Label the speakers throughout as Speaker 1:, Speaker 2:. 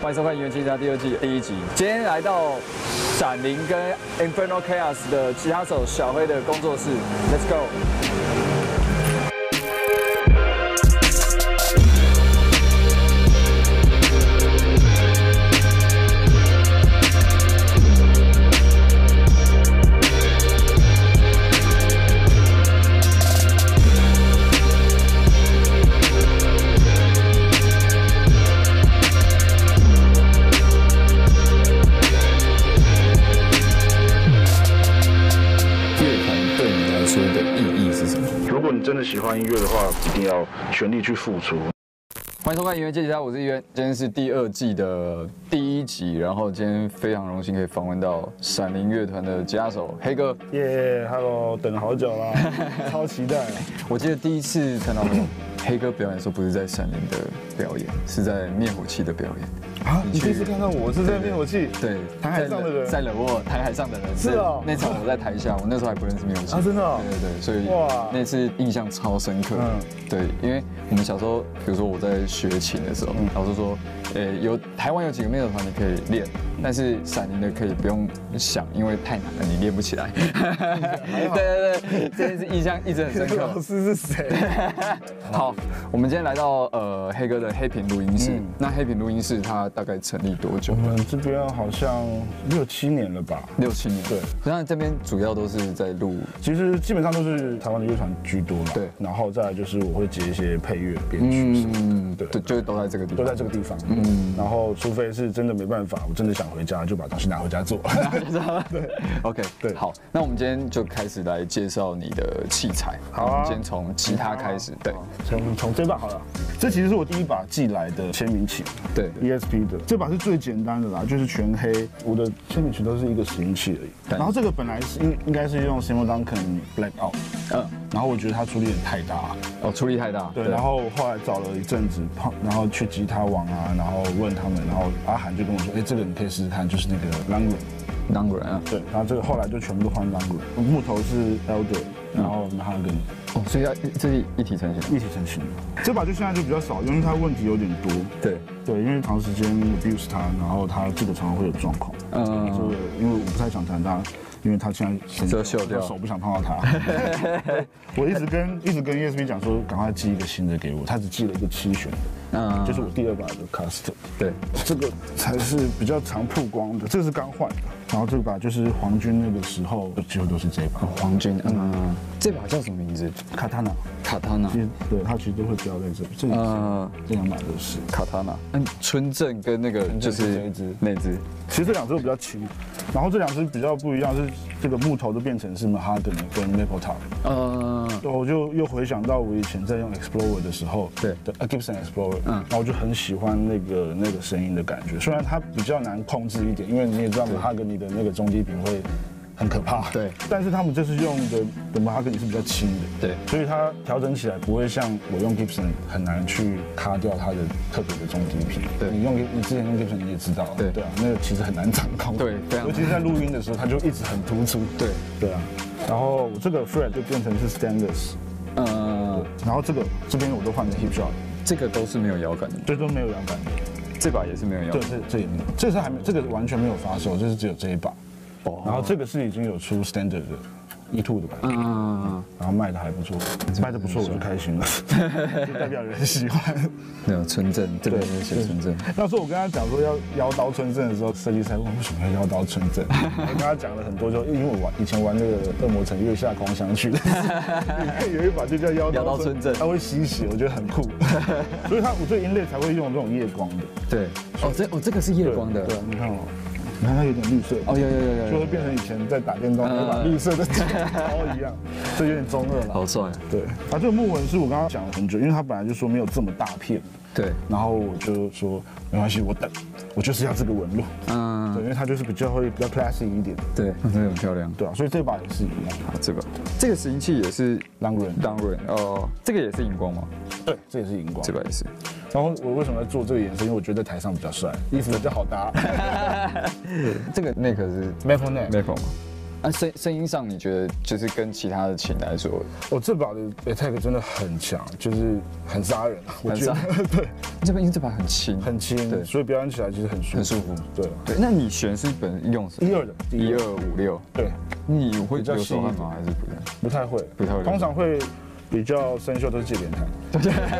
Speaker 1: 欢迎收看《元气家》第二季第一集。今天来到闪灵跟 Inferno Chaos 的吉他手小黑的工作室，Let's go。
Speaker 2: 乐团对你来说的意义是什么？
Speaker 3: 如果你真的喜欢音乐的话，一定要全力去付出。
Speaker 1: 欢迎收看《音乐界吉他》，我是一元，今天是第二季的第一集，然后今天非常荣幸可以访问到闪灵乐团的吉他手黑哥。
Speaker 4: 耶、h e l l o 等了好久 啦，超期待。
Speaker 1: 我记得第一次看到黑哥表演的时候，不是在闪灵的表演，是在灭火器的表演。
Speaker 4: 啊，你第一次看到我是在灭火器？
Speaker 1: 对，
Speaker 4: 台海上的人
Speaker 1: 在冷沃，台海上的人
Speaker 4: 是哦
Speaker 1: 那场我在台下，我那时候还不认识灭火器
Speaker 4: 啊真的哦
Speaker 1: 对对对，所以
Speaker 4: 哇
Speaker 1: 那次印象超深刻。
Speaker 4: 嗯
Speaker 1: 对，因为我们小时候，比如说我在学琴的时
Speaker 4: 嗯
Speaker 1: 候，老师说，呃，有台湾有几个灭火团你可以练，但是闪灵的可以不用想，因为太难了，你练不起来。
Speaker 4: 嗯
Speaker 1: 对对对，这件事印象一直很深刻。
Speaker 4: 老师是 谁？
Speaker 1: 好，我们今天来到呃黑哥的黑屏录音室。
Speaker 4: 嗯
Speaker 1: 那黑屏录音室它大概成立多久
Speaker 4: 我？们这边好像六七年了吧。
Speaker 1: 六七年。
Speaker 4: 对。
Speaker 1: 那这边主要都是在录，
Speaker 4: 其实基本上都是台湾的乐团居多了，
Speaker 1: 对
Speaker 4: 然后再来就是我会接一些配乐编曲什么的，
Speaker 1: 嗯，
Speaker 4: 对
Speaker 1: 对，就是都在这个地
Speaker 4: 都
Speaker 1: 方。
Speaker 4: 在这个地方，嗯，然后除非是真的没办法，我真的想回家就把东西拿回家做，
Speaker 1: 对，OK，
Speaker 4: 对
Speaker 1: 好，那我们今天就开始来介绍你的器材。
Speaker 4: 好啊
Speaker 1: 我们先从吉他开始。对，
Speaker 4: 哦从从这把好了，这其实是我第一把寄来的签名琴，
Speaker 1: 对
Speaker 4: ESP 的这把是最简单的啦，就是全黑。我的签名曲都是一个拾音器而已。
Speaker 1: 对
Speaker 4: 然后这个本来是应应该是用 Simon Duncan Black Out，
Speaker 1: 嗯，
Speaker 4: 然后我觉得他处理的太大，
Speaker 1: 哦，出力太大。
Speaker 4: 对。然后后来找了一阵子，碰然后去吉他网啊，然后问他们，然后阿涵就跟我说，哎，这个你可以试试看，就是那个 l a n g r e n
Speaker 1: 当然啊，
Speaker 4: 对，然后这个后来就全部都换 l a n g r e n 木头是 Elder，然后 Mahogany
Speaker 1: 哦，所以要这是一体成型。
Speaker 4: 一体成型。这把就现在就比较少用，因为它问题有点多。
Speaker 1: 对，
Speaker 4: 对，因为长时间 abuse 它，然后它这个常常会有状况。
Speaker 1: 嗯
Speaker 4: 嗯，所以因为我不太想弹它，因为它现在手
Speaker 1: 遮袖掉
Speaker 4: 手不想碰到它。 我一直跟一直跟 ESP 讲说，赶快寄一个新的给我，他只寄了一个七弦的，
Speaker 1: 嗯，
Speaker 4: 就是我第二把的 cast，
Speaker 1: 对，
Speaker 4: 这个才是比较常曝光的，这个是刚换的，然后这把就是皇军那个时候几乎都是这一把
Speaker 1: 黄金。嗯，这把叫什么名字？
Speaker 4: 卡塔纳，
Speaker 1: 卡塔纳
Speaker 4: 其。实对它其实都会标在这里，这也
Speaker 1: 嗯
Speaker 4: 是这两把都是。
Speaker 1: 卡塔纳，嗯，村正跟那个就是
Speaker 4: 村正是
Speaker 1: 那只，
Speaker 4: 其实这两只都比较轻，然后这两只比较不一样是这个木头都变成是 mahogany 跟 maple top。
Speaker 1: 呃，
Speaker 4: 对，我就又回想到我以前在用 Explorer 的时候，
Speaker 1: 对
Speaker 4: 对呃，Gibson Explorer，
Speaker 1: 嗯
Speaker 4: 嗯，然后我就很喜欢那个那个声音的感觉，虽然它比较难控制一点，因为你也知道马哈格尼的那个中低频会很可怕，
Speaker 1: 对
Speaker 4: 但是他们这次用的的马哈格尼是比较轻的，
Speaker 1: 对
Speaker 4: 所以它调整起来不会像我用 Gibson 很难去卡掉它的特别的中低频，
Speaker 1: 对
Speaker 4: 你用你之前用 Gibson 你也知道，
Speaker 1: 对
Speaker 4: 对啊，那个其实很难掌控，
Speaker 1: 对非常
Speaker 4: 尤其是在录音的时候，它就一直很突出，
Speaker 1: 对，
Speaker 4: 对啊，然后我这个 fret 就变成是 stainless。
Speaker 1: 呃，
Speaker 4: 然后这个这边我都换成 hip shot，
Speaker 1: 这个都是没有摇杆的，
Speaker 4: 这都没有两感觉。
Speaker 1: 这把也是没有摇
Speaker 4: 对，
Speaker 1: 杆。
Speaker 4: 这这也没有，这是还没，这个完全没有发售，就是只有这一把。
Speaker 1: 哦
Speaker 4: 然后这个是已经有出 standard 的 E two 的版本，
Speaker 1: 嗯，
Speaker 4: 然后卖的还不错，卖的不错我就 开心了，就代表有人喜欢。
Speaker 1: 没有村正，这边有写村正，
Speaker 4: 那时候我跟他讲说要腰刀村正的时候，设计师还问为什么要腰刀村正，我跟他讲了很多，就因为我玩以前玩那个恶魔城月下狂想 曲，里面有一把就叫腰
Speaker 1: 腰刀
Speaker 4: 刀
Speaker 1: 村
Speaker 4: 村
Speaker 1: 正
Speaker 4: 正，它会吸血，我觉得很 酷，所以他我对音类才会用这种夜光的。
Speaker 1: 对，哦，这哦这个是夜光的，
Speaker 4: 对，你看哦，你看它有点绿色，
Speaker 1: 哦有有有有
Speaker 4: 就
Speaker 1: 有，
Speaker 4: 会变成以前在打电动那把绿色的 刀一样，这有点中二了。
Speaker 1: 好帅啊，
Speaker 4: 对，啊，这个木纹是我刚刚讲了很久，因为他本来就说没有这么大片，
Speaker 1: 对，
Speaker 4: 然后我就说没关系，我等，我就是要这个纹路。
Speaker 1: 嗯，
Speaker 4: 对，因为它就是比较会比较 classy 一点，
Speaker 1: 对，真的哦很漂亮。
Speaker 4: 对啊，所以这把也是一样。
Speaker 1: 这个这个拾音器也是
Speaker 4: Langren，
Speaker 1: 当润哦，这个也是荧光吗？
Speaker 4: 对，这也是荧光
Speaker 1: 这。把也是。
Speaker 4: 然后我为什么要做这个颜色？因为我觉得在台上比 较帅，衣服比较好搭。
Speaker 1: 这个那可是
Speaker 4: Maple neck，
Speaker 1: Maple 吗？那啊声声音上，你觉得就是跟其他的琴来说，
Speaker 4: 我哦这把的 attack 真的很强，就是很杀人啊，我觉得
Speaker 1: 很
Speaker 4: 对，
Speaker 1: 这边因为这把很轻，
Speaker 4: 很轻，
Speaker 1: 对
Speaker 4: 所以表演起来其实很舒
Speaker 1: 很舒服
Speaker 4: 对，
Speaker 1: 对，那你选是本用什么？
Speaker 4: 一二的
Speaker 1: 一二五六，
Speaker 4: 对，
Speaker 1: 你会
Speaker 4: 比较
Speaker 1: 留
Speaker 4: 细一
Speaker 1: 手
Speaker 4: 点
Speaker 1: 汗吗？还是不用？
Speaker 4: 不太会，
Speaker 1: 不太会
Speaker 4: 通常会比较生锈都是借别人弹。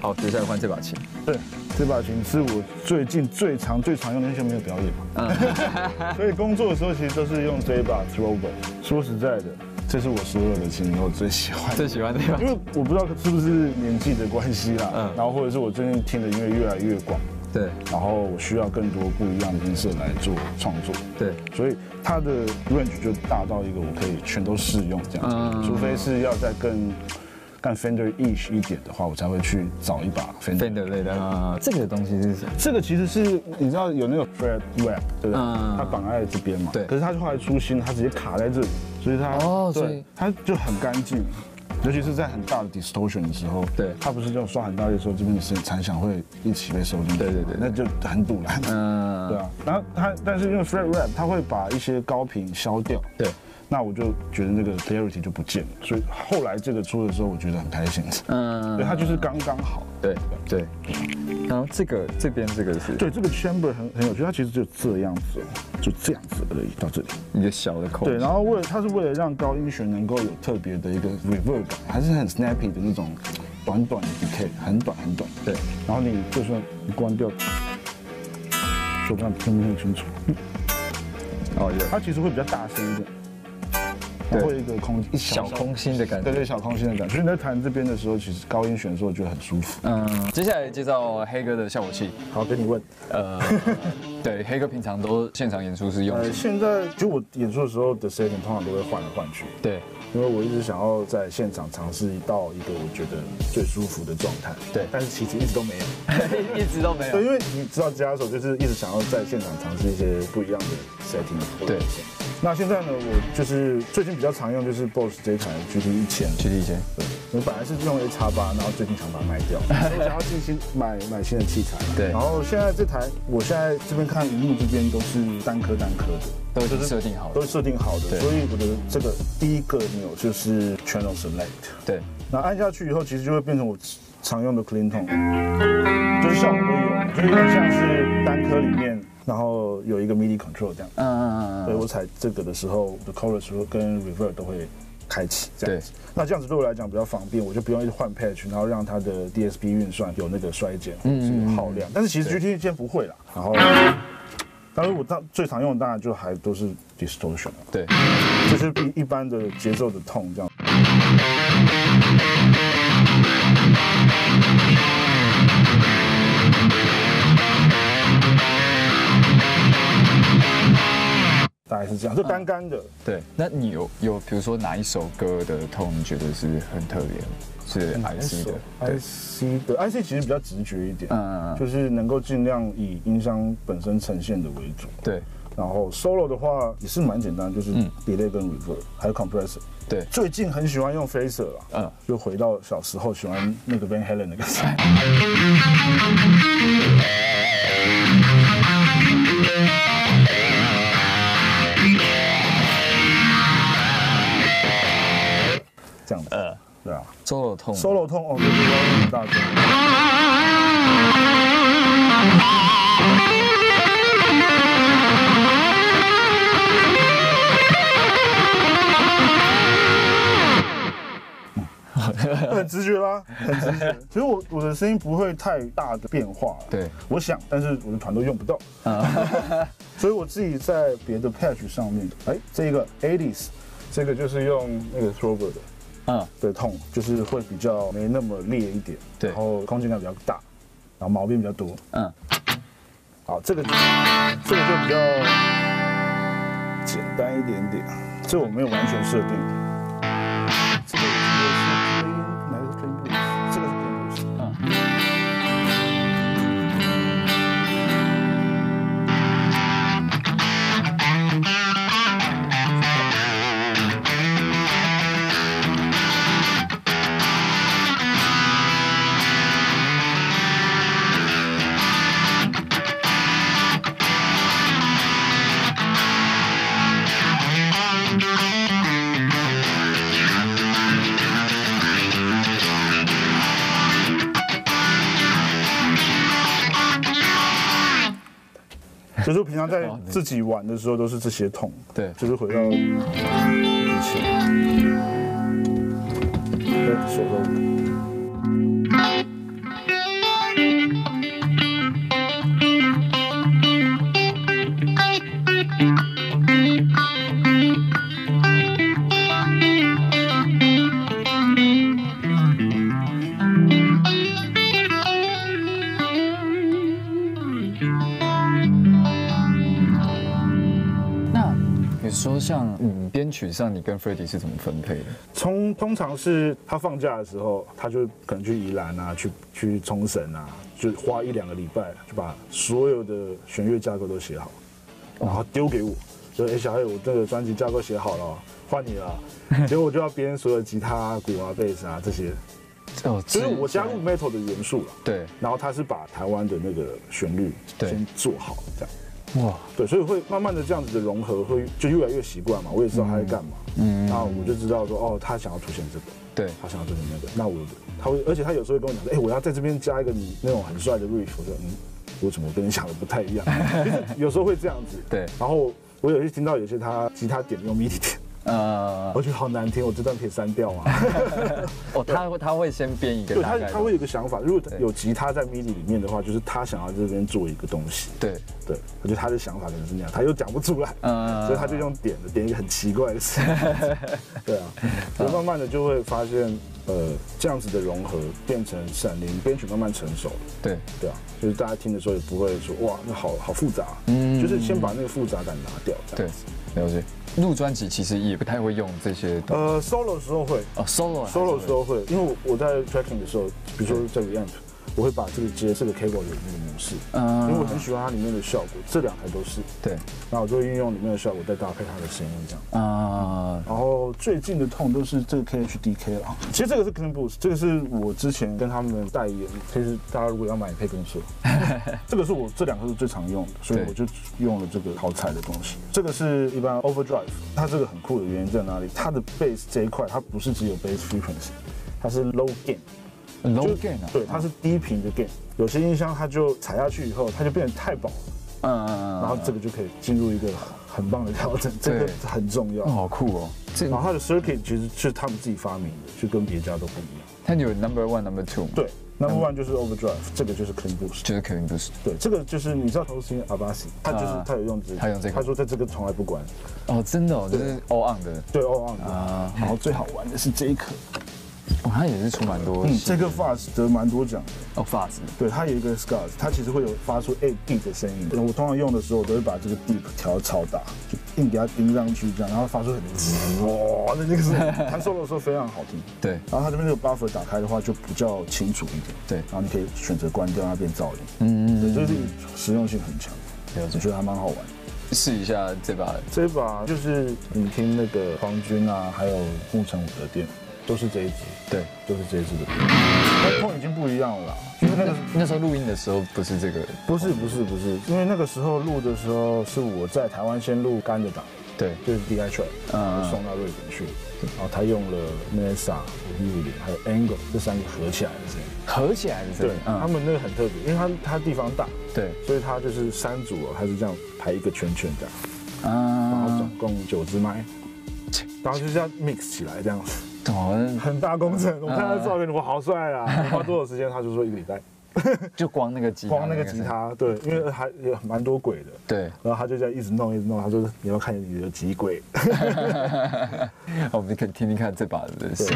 Speaker 1: 好，接下来换这把琴。
Speaker 4: 对，这把琴是我最近最常最常用的，因为没有表演嘛。
Speaker 1: 嗯
Speaker 4: 所以工作的时候其实都是用这一把 Thrower。说实在的，这是我所有的琴里面我最 喜欢 的。
Speaker 1: 最喜欢这把
Speaker 4: 因为我不知道是不是年纪的关系啦，
Speaker 1: 嗯
Speaker 4: 然后或者是我最近听的音乐越来越广，
Speaker 1: 对
Speaker 4: 然后我需要更多不一样的音色来做创作，
Speaker 1: 对，
Speaker 4: 所以它的 range 就大到一个我可以全都试用这样子，
Speaker 1: 嗯
Speaker 4: 除非是要再更更 Fender ish 一点的话，我才会去找一把 Fender。
Speaker 1: Fender 类的啊，这个东西是什么？
Speaker 4: 这个其实是你知道有那个 Fred Webb，对不对？
Speaker 1: 嗯
Speaker 4: 他绑在这边嘛。
Speaker 1: 对
Speaker 4: 可是他后来出新，他直接卡在这里，所以他
Speaker 1: 哦所
Speaker 4: 对
Speaker 1: 以，
Speaker 4: 他就很干净。尤其是在很大的 distortion 的时候，
Speaker 1: 对
Speaker 4: 他不是就刷很大力的时候，这边的声音残响会一起被收进去，
Speaker 1: 对对对
Speaker 4: 那就很堵然。
Speaker 1: 嗯，
Speaker 4: 对啊，然后他但是因为 Fred Rap 他会把一些高频消掉，
Speaker 1: 对，
Speaker 4: 那我就觉得那个 clarity 就不见了，所以后来这个出的时候，我觉得很开心。
Speaker 1: 嗯
Speaker 4: 对，它就是刚刚好。
Speaker 1: 对对。然后这个这边这个是
Speaker 4: 对，这个 chamber 很很有趣，它其实就这样子哦，就这样子而已，到这里。
Speaker 1: 你的小的口，
Speaker 4: 对，然后为了它是为了让高音弦能够有特别的一个 reverb 感，还是很 snappy 的那种短短的 decay，很短很短。
Speaker 1: 对，
Speaker 4: 然后你就算你关掉，手不听不很清楚，
Speaker 1: 哦有
Speaker 4: 它其实会比较大声一点，它
Speaker 1: 对
Speaker 4: 会有一个空一
Speaker 1: 小空心的感
Speaker 4: 对
Speaker 1: 觉。
Speaker 4: 对，小空心的感觉。所以你在弹这边的时候，其实高音弦的时候觉得很舒服。
Speaker 1: 嗯，接下来介绍黑哥的效果器。
Speaker 4: 好，给你问。
Speaker 1: 呃，对，黑哥平常都现场演出是用
Speaker 4: 呃，现在就我演出的时候的 setting 通常都会换来换去，
Speaker 1: 对
Speaker 4: 因为我一直想要在现场尝试到一个我觉得最舒服的状态。
Speaker 1: 对
Speaker 4: 但是其实一直都没有。
Speaker 1: 一直都没
Speaker 4: 对，。因为你知道吉他手就是一直想要在现场尝试一些不一样的 setting 或者
Speaker 1: 对
Speaker 4: 表现。那现在呢，我就是最近比较常用就是 BOSS 这一台 GT 一千，
Speaker 1: 举例一些，
Speaker 4: 对，我本来是用 A 叉八，然后最近想把它卖 掉，所以我想要进新买买新的器材了。
Speaker 1: 对
Speaker 4: 然后现在这台，我现在这边看荧幕这边都是单颗单颗的，
Speaker 1: 都已经设定好
Speaker 4: 都
Speaker 1: 了。
Speaker 4: 是设定好的，
Speaker 1: 对
Speaker 4: 所以我的这个第一个钮就是全容 select，
Speaker 1: 对，
Speaker 4: 那按下去以后，其实就会变成我常用的 clean tone，就是效果都有，就有点像是单颗里面，然后有一个 MIDI control 这样。
Speaker 1: 嗯嗯嗯
Speaker 4: 所以
Speaker 1: 嗯，
Speaker 4: 我踩这个的时候，我的 chorus 跟 reverb 都会开启这样子。那这样子对我来讲比较方便，我就不用一直换 patch，然后让它的 DSP 运算有那个衰减或者是有耗量。但是其实 GT 键不会啦。然后，但是我当最常用的当然就还都是 distortion 了，
Speaker 1: 对，
Speaker 4: 就是一一般的节奏的痛这样。大概是这样，就
Speaker 1: 嗯
Speaker 4: 干干的，
Speaker 1: 对。那你有有比如说哪一首歌的痛你觉得是很特别的，是 IC 的？对
Speaker 4: IC 的 IC 其实比较直觉一点，
Speaker 1: 嗯嗯嗯
Speaker 4: 就是能够尽量以音箱本身呈现的为主。
Speaker 1: 对
Speaker 4: 然后 solo 的话也是蛮简单，就是
Speaker 1: 嗯
Speaker 4: delay 跟 reverb，还有 compressor。
Speaker 1: 对，
Speaker 4: 最近很喜欢用 facer 了，
Speaker 1: 嗯
Speaker 4: 嗯，又回到小时候喜欢那个 Van Halen 的感觉。这样子，
Speaker 1: 呃
Speaker 4: 对啊。
Speaker 1: ，solo 痛
Speaker 4: solo 痛哦，对对对，很大声。很直觉吧，很直觉。其实我我的声音不会太大的变化，
Speaker 1: 对，
Speaker 4: 我想，但是我的团都用不到，所以我自己在别的 patch 上面，哎，这个 80s，这个就是用那个 Thrower 的，
Speaker 1: 嗯，
Speaker 4: 的痛，就是会比较没那么烈一点，
Speaker 1: 对
Speaker 4: 然后空间感比较大，然后毛病比较多。
Speaker 1: 嗯，
Speaker 4: 好，这个这个就比较简单一点点，这我没有完全设定。这个这个是 clean，哪个是 clean blues？这个是 clean blues。
Speaker 5: Thank
Speaker 4: 就是平常在自己玩的时候都是这些痛，
Speaker 1: 对
Speaker 4: 就是回到以前，对手都
Speaker 1: 那你说像嗯编曲上，你跟 f r e d d y 是怎么分配的？
Speaker 4: 从通常是他放假的时候，他就可能去宜兰啊，去去冲绳啊，就花一两个礼拜就把所有的弦乐架构都写好，然后丢给我，就哎、小黑，我这个专辑架构写好了哦，换你了。结果我就要编所有吉他、啊、鼓啊、贝斯啊这些，
Speaker 1: 哦，
Speaker 4: 就是我加入 metal 的元素了。
Speaker 1: 对
Speaker 4: 然后他是把台湾的那个旋律
Speaker 1: 对
Speaker 4: 先做好，这样。
Speaker 1: 哇，
Speaker 4: 对，所以会慢慢的这样子的融合，会就越来越习惯嘛。我也知道他在干嘛，嗯，那我就知道说，哦，他想要凸显这个，
Speaker 1: 对
Speaker 4: 他想要凸显那个，那我他会，而且他有时候会跟我讲说，哎、我要在这边加一个你那种很帅的 riff，我说，嗯，我怎么跟你想的不太一样？ 就是有时候会这样子，
Speaker 1: 对
Speaker 4: 然后我有些听到有些他吉他点用 MIDI 点，
Speaker 1: 呃
Speaker 4: 我觉得好难听，我这段可以删掉吗？
Speaker 1: 哦，他会他会先编一个
Speaker 4: 对
Speaker 1: 大
Speaker 4: 啊他
Speaker 1: 概的，
Speaker 4: 他会有一个想法，如果有吉他在 MIDI 里面的话，就是他想要这边做一个东西，
Speaker 1: 对，
Speaker 4: 对，我觉得他的想法可能是那样，他又讲不出来，
Speaker 1: 嗯
Speaker 4: 所以他就用点的点一个很奇怪 的事，对啊，所以慢慢的就会发现，呃，这样子的融合变成闪灵编曲慢慢成熟了，
Speaker 1: 对
Speaker 4: 对啊，就是大家听的时候也不会说哇，那好好复杂，
Speaker 1: 嗯
Speaker 4: 就是先把那个复杂感拿掉，这
Speaker 1: 对
Speaker 4: 样子，，
Speaker 1: 了解。录专辑其实也不太会用这些东
Speaker 4: 呃，solo 的时候会
Speaker 1: 哦，solo 还是
Speaker 4: ，solo
Speaker 1: 会
Speaker 4: 的时候会，因为我我在 tracking 的时候，比如说在 reamp，我会把这个接这个 cable 的那个模式，
Speaker 1: 嗯
Speaker 4: 因为我很喜欢它里面的效果，这两台都是，
Speaker 1: 对
Speaker 4: 那我就运用里面的效果再搭配它的声音这样。
Speaker 1: 啊，
Speaker 4: 然后最近的痛都是这个 KHDK 了。其实这个是 Clean Boost，这个是我之前跟他们代言，其实大家如果要买也可以跟 我说。这个是我这两个是最常用的，所以
Speaker 1: 对
Speaker 4: 我就用了这个好彩的东西。这个是一般 Overdrive，它这个很酷的原因在哪里？它的 bass 这一块，它不是只有 bass frequency，它是 low gain。就
Speaker 1: low
Speaker 4: 是
Speaker 1: gain 啊，
Speaker 4: 对，它是低频的 gain。有些音箱它就踩下去以后，它就变得太饱了，
Speaker 1: 嗯嗯嗯，
Speaker 4: 然后这个就可以进入一个很棒的调整，这个
Speaker 1: 对
Speaker 4: 很重要
Speaker 1: 哦。好酷哦，这
Speaker 4: 然后它的 circuit 其实是他们自己发明的，就跟别家都不一样。
Speaker 1: 它有 number one number two，
Speaker 4: 对，Number One 就是 Overdrive，这个就是 Clean Boost。
Speaker 1: 就是肯定不是
Speaker 4: 对，这个就是你知道 Tosin Abasi，他就是
Speaker 1: 啊
Speaker 4: 他有用这个，
Speaker 1: 他用这个
Speaker 4: 他说在这个从来不管。
Speaker 1: 哦，真的哦，就是 all on 的
Speaker 4: 对，All On 的。
Speaker 1: 啊，
Speaker 4: 然后最好玩的是这一颗，
Speaker 1: 哦，它也是出蛮多
Speaker 4: 嗯，
Speaker 1: 新
Speaker 4: 这个 Fast 得蛮多奖的。
Speaker 1: 哦发子，
Speaker 4: 对，它有一个 Scars，它其实会有发出 A D 的声音。我通常用的时候，我都会把这个 Deep 调超大，就硬给它盯上去这样，然后发出很滋哇，那那个是弹 solo 的时候非常好听。
Speaker 1: 对
Speaker 4: 然后它这边这个 buffer 打开的话就比较清楚一点，
Speaker 1: 对
Speaker 4: 然后你可以选择关掉，让它变噪音，嗯嗯，对，就是实用性很强，
Speaker 1: 了解
Speaker 4: 我觉得还蛮好玩。
Speaker 1: 试一下这把
Speaker 4: 这一把就是你听那个黄军啊，还有顾城武的店，都是这一支，
Speaker 1: 对。
Speaker 4: 都是这一支的，那痛已经不一样了啦，因为那个是
Speaker 1: 那时候录音的时候不是这个，
Speaker 4: 不是不是不是，因为那个时候录的时候是我在台湾先录干的档，
Speaker 1: 对，
Speaker 4: 就是 DI track，
Speaker 1: 嗯
Speaker 4: E，送到瑞典去，然后他用了 Nessa、五一五零还有 Angle 这三个合起来的声音。
Speaker 1: 合起来的这
Speaker 4: 对
Speaker 1: 个，，
Speaker 4: 他
Speaker 1: 嗯，
Speaker 4: 们那个很特别，因为它它地方大，
Speaker 1: 对，
Speaker 4: 所以它就是三组哦，它是这样排一个圈圈这样，然后
Speaker 1: 啊，
Speaker 4: 总共九支麦，然后就是要 mix 起来这 样子，
Speaker 1: 懂，
Speaker 4: 很大工程。我看他照片，我好帅啊！ 花多少时间？他就说一个礼拜，
Speaker 1: 就光那个吉他，
Speaker 4: 嗯光那个吉，他，对，因为还有蛮多鬼的。
Speaker 1: 对，
Speaker 4: 然后他就这样一直弄，一直弄。他说：“你要看你有几鬼。
Speaker 1: 我们可以听听看这把的声音，”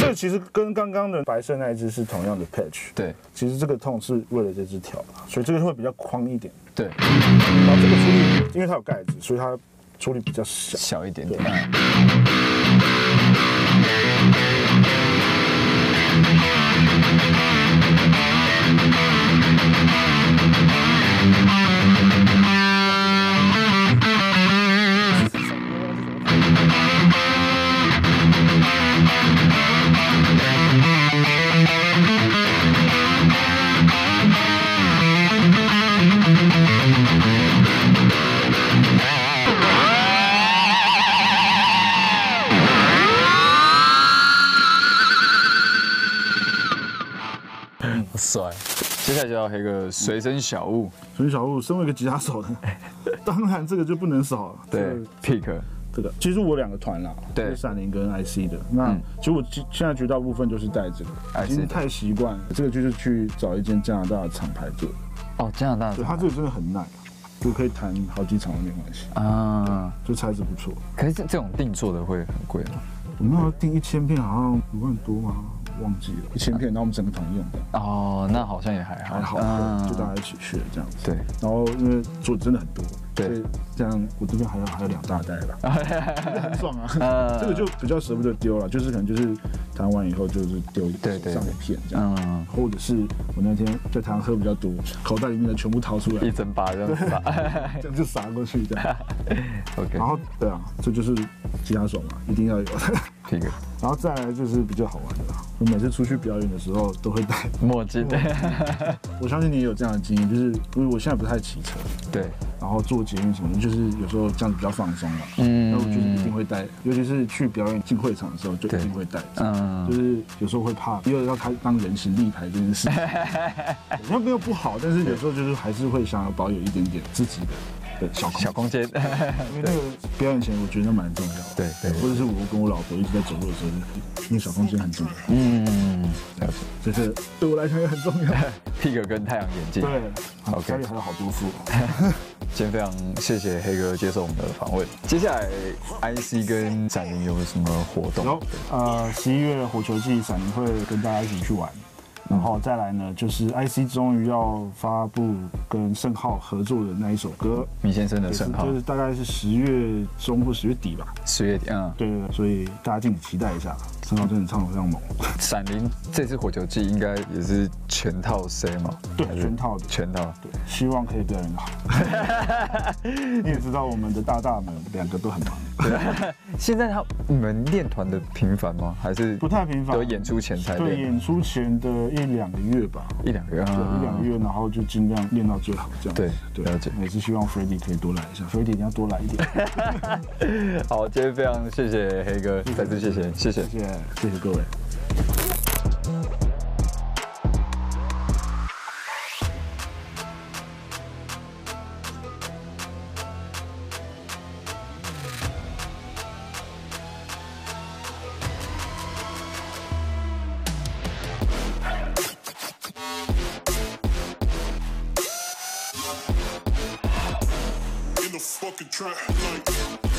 Speaker 4: 这个其实跟刚刚的白色那一只是同样的 patch。
Speaker 1: 对，
Speaker 4: 其实这个痛是为了这只条，所以这个会比较宽一点。
Speaker 1: 对，
Speaker 4: 然后这个处理，因为它有盖子，所以它处理比较小。
Speaker 1: 小一点点，嗯
Speaker 5: Thank
Speaker 1: 下来就要黑个随身小物，
Speaker 4: 纯小物，身为一个吉他手的， 当然这个就不能少了。
Speaker 1: 对
Speaker 4: 这个
Speaker 1: ，pick，
Speaker 4: 这个，其实我两个团啦，
Speaker 1: 对
Speaker 4: 就是闪灵跟 IC 的。那其实我现现在绝大部分就是带这个，已
Speaker 1: IC
Speaker 4: 经
Speaker 1: 的
Speaker 4: 太习惯了。这个就是去找一间加拿大的厂牌做的，
Speaker 1: 哦，加拿大
Speaker 4: 对，它这个真的很耐，啊就可以弹好几场都没关系，
Speaker 1: 啊，
Speaker 4: 就材质不错。
Speaker 1: 可是这这种定做的会很贵吗？
Speaker 4: 我们那时候订一千片好像五万多嘛，忘记了，一千片，然后我们整个团用的，
Speaker 1: 哦，那好像也还好，
Speaker 4: 还好，
Speaker 1: 啊
Speaker 4: 对就大家一起学这样子。
Speaker 1: 对，
Speaker 4: 然后因为做的真的很多，
Speaker 1: 对
Speaker 4: 所以这样我这边还有还有两大袋啦， 很爽啊
Speaker 1: 嗯，
Speaker 4: 这个就比较舍不得丢了，就是可能就是弹完以后就是丢
Speaker 1: 对对
Speaker 4: 上一片这样，
Speaker 1: 嗯，
Speaker 4: 或者是我那天在台上喝比较多，口袋里面的全部掏出
Speaker 1: 一
Speaker 4: 来，
Speaker 1: 整把这 样子吧
Speaker 4: 这样就撒过去这 样，
Speaker 1: ，OK，
Speaker 4: 然后对啊，这就是吉他手嘛，一定要有，
Speaker 1: pick
Speaker 4: 然后再来就是比较好玩的啦，啊我每次出去表演的时候都会带，
Speaker 1: 墨镜，
Speaker 4: 我相信你也有这样的经验，就是因为我现在不太骑车，
Speaker 1: 对，
Speaker 4: 然后做捷运什么的，就是有时候这样子比较放松嘛。
Speaker 1: 嗯
Speaker 4: 那我就是一定会带，尤其是去表演进会场的时候，就
Speaker 1: 对
Speaker 4: 一定会带。
Speaker 1: 嗯
Speaker 4: 就是有时候会怕，因为要开当人形立牌这件 事情，那没有不好，但是有时候就是还是会想要保有一点点自己的的小空
Speaker 1: 小
Speaker 4: 间，
Speaker 1: 空间，
Speaker 4: 因为那个表演前我觉得蛮重要的。
Speaker 1: 对对
Speaker 4: 或者是我跟我老婆一直在走路的时候，就那个小空间很重要，
Speaker 1: 嗯
Speaker 4: 就是对我来讲也很重要。
Speaker 1: ，pick 跟太阳眼镜，
Speaker 4: 对啊
Speaker 1: OK
Speaker 4: 家里还有好多副。
Speaker 1: 今天非常谢谢黑哥接受我们的访问。接下来，IC 跟展灵有什么活
Speaker 4: 然
Speaker 1: 动
Speaker 4: 后？呃，十一月火球季闪灵会跟大家一起去玩，然后再来呢，就是 IC 终于要发布跟盛浩合作的那一首歌，
Speaker 1: 米先生的盛号
Speaker 4: 就是，大概是十月中或十月底吧。
Speaker 1: 十月底，嗯，
Speaker 4: 对对对，所以大家敬请期待一下，盛浩真的唱得非常猛，
Speaker 1: 闪灵这次火球季应该也是全套 C 嘛？
Speaker 4: 对
Speaker 1: 还，是
Speaker 4: 全套的，
Speaker 1: 全套。
Speaker 4: 对，希望可以表 演得好。你也知道我们的大大们两个都很忙，
Speaker 1: 现在他你们练团的频繁吗？还是
Speaker 4: 不太频繁
Speaker 1: 有演出前才
Speaker 4: 对，
Speaker 1: 练
Speaker 4: 演出前的一两个月吧，
Speaker 1: 一两个月，
Speaker 4: 对
Speaker 1: 啊
Speaker 4: 一两个月，然后就尽量练到最好这样子。
Speaker 1: 对了解
Speaker 4: 也是希望 f r e d d y 可以多来 一下 f r e d d y 你要多来一点。
Speaker 1: 好，今天非常谢谢黑哥，再次谢谢，谢谢。
Speaker 4: 谢谢，谢谢各位。
Speaker 5: in the fucking trap like